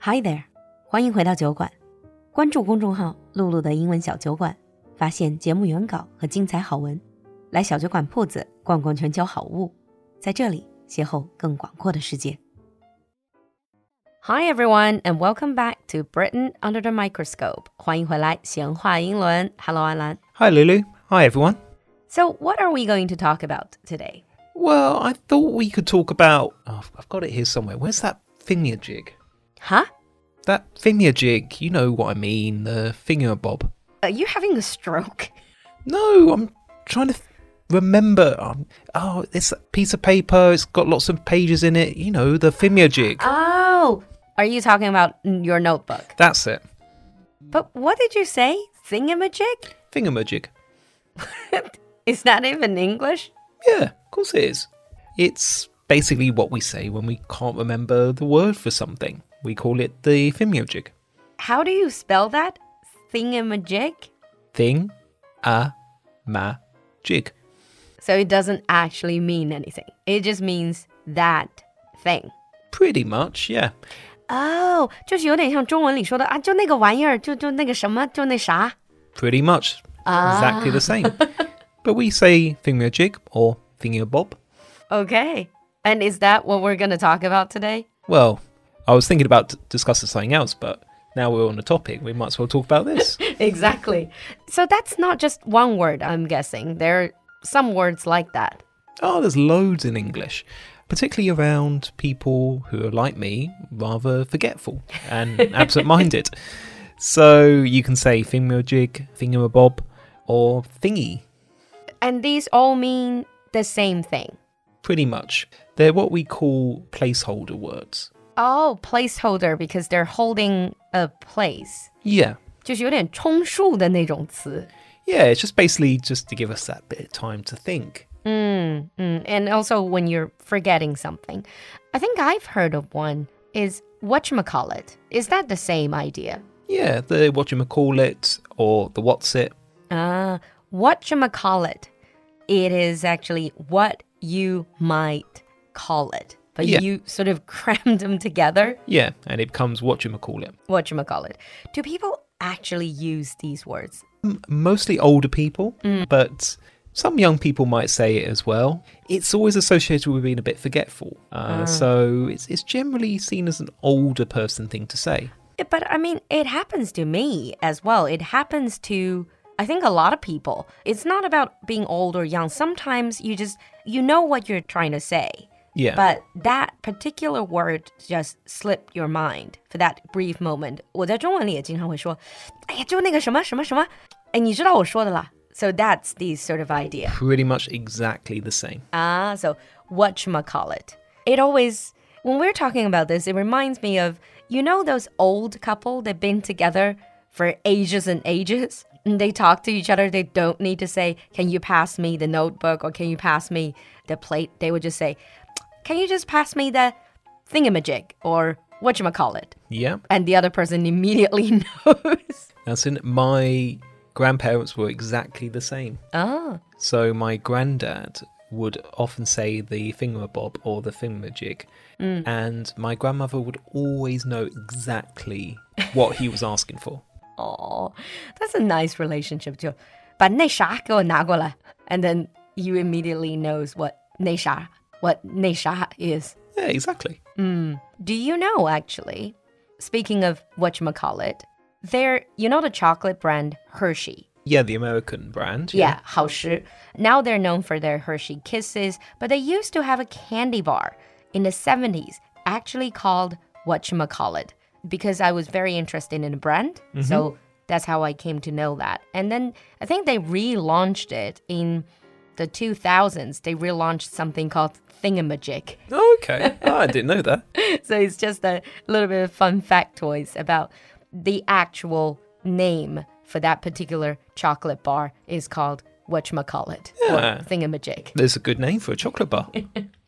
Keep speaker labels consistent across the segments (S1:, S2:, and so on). S1: Hi there，欢迎回到酒馆，关注公众号“露露的英文小酒馆”，发现节目原稿和精彩好文，来小酒馆铺子逛逛全球好物，在这里邂逅更广阔的世界。Hi everyone and welcome back to Britain under the microscope，欢迎回来闲话英伦，Hello 安兰。
S2: Hi, Lulu. Hi, everyone.
S1: So what are we going to talk about today?
S2: Well, I thought we could talk about. Oh, I've- I've got it here somewhere. Where's that finger jig?
S1: Huh?
S2: That finger jig. You know what I mean. The finger bob.
S1: Are you having a stroke?
S2: No, I'm trying to th- remember. Um, oh, it's a piece of paper. It's got lots of pages in it. You know, the finger jig.
S1: Oh, are you talking about your notebook?
S2: That's it.
S1: But what did you say? Thingamajig?
S2: Finger jig.
S1: Is that even English?
S2: Yeah, of course it is. It's basically what we say when we can't remember the word for something. We call it the finger jig.
S1: How do you spell that? Thingamajig?
S2: Thing, a, ma, jig.
S1: So it doesn't actually mean anything. It just means that thing.
S2: Pretty much, yeah.
S1: Oh, 就是有点像中文里说的啊，就那个玩意儿，就就那个什么，就那啥。
S2: Pretty much. Exactly the same. but we say finger jig or finger bob.
S1: Okay. And is that what we're going to talk about today?
S2: Well, I was thinking about d- discussing something else, but now we're on the topic, we might as well talk about this.
S1: Exactly. So that's not just one word, I'm guessing. There are some words like that.
S2: oh, there's loads in English, particularly around people who are like me, rather forgetful and absent minded. So you can say finger jig, finger bob, or thingy,
S1: And these all mean the same thing.
S2: pretty much. They're what we call placeholder words.
S1: Oh, placeholder because they're holding a place.
S2: Yeah.
S1: 就是有点充数的那种词。
S2: Yeah, it's just basically just to give us that bit of time to think.
S1: 嗯，And Mm, also when you're forgetting something. I think I've heard of one is whatchamacallit. Is that the same idea?
S2: Yeah, the whatchamacallit or the what's it.
S1: Ah, whatchamacallit. It is actually what you might call it. But
S2: Yeah.
S1: you sort of crammed them together.
S2: Yeah, and it becomes whatchamacallit.
S1: Whatchamacallit. Do people actually use these words?
S2: M- Um, Mostly older people, but some young people might say it as well. It's always associated with being a bit forgetful. Uh, So it's, it's generally seen as an older person thing to say.
S1: Yeah, But I mean, it happens to me as well. It happens to, I think, a lot of people. It's not about being old or young. Sometimes you just, you know what you're trying to say.
S2: Yeah.
S1: But that particular word just slipped your mind for that brief moment. 我在中文里也经常会说，哎呀，就那个什么什么什么，哎，你知道我说的啦。So that's the sort of idea.
S2: Pretty much exactly the same.
S1: Ah, so whatchamacallit. It always, when we're talking about this, it reminds me of, you know, those old couple that been together for ages and ages? And they talk to each other. They don't need to say, Can you pass me the notebook or can you pass me the plate? They would just say, Can you just pass me the thingamajig or whatchamacallit?
S2: Yeah.
S1: And the other person immediately knows.
S2: That's in my grandparents were exactly the same.
S1: Ah,
S2: So my granddad would often say the finger bob or the finger jig, and my grandmother would always know exactly what he was asking for.
S1: Oh, that's a nice relationship too. But 那啥给我拿过来. And then you immediately knows what 那啥, what 那啥 is.
S2: Yeah, exactly.
S1: Do you know actually? Speaking of whatchamacallit, there, you know the chocolate brand Hershey?
S2: Yeah, the American brand.
S1: Yeah, 好吃. Now they're known for their Hershey Kisses, but they used to have a candy bar in the 70s, actually called whatchamacallit, because I was very interested in the brand. So that's how I came to know that. And then I think they relaunched it in the 2000s. They relaunched something called Thingamajig.
S2: Oh, okay. Oh, I didn't know that.
S1: So it's just a little bit of fun factoids about the actual name for that particular chocolate bar is called whatchamacallit
S2: Yeah.
S1: or thingamajig.
S2: There's a good name for a chocolate bar.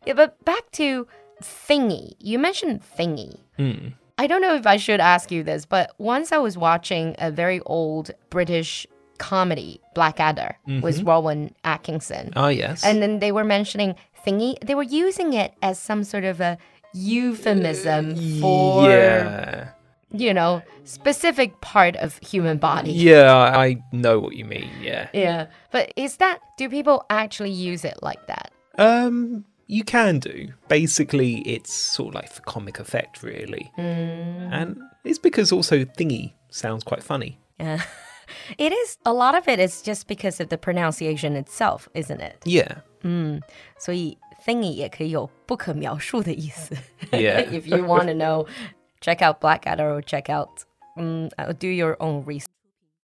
S1: Yeah, but back to thingy. You mentioned thingy.
S2: Hmm.
S1: I don't know if I should ask you this, but once I was watching a very old British comedy, Blackadder, with
S2: Mm-hmm.
S1: Rowan Atkinson.
S2: Ah, yes.
S1: And then they were mentioning thingy. They were using it as some sort of a euphemism for
S2: yeah.
S1: you know, specific part of human body.
S2: Yeah, I know what you mean. Yeah.
S1: Yeah. But is that, do people actually use it like that?
S2: Um, you can do. Basically, it's sort of like for comic effect, really. And it's because also thingy sounds quite funny.
S1: Yeah. It is, a lot of it is just because of the pronunciation itself, isn't it?
S2: Yeah.
S1: 所以 thingy 也可以有不可描述的意思。
S2: Yeah.
S1: if you want to know, check out Blackadder or check out, mm, uh, do your own research.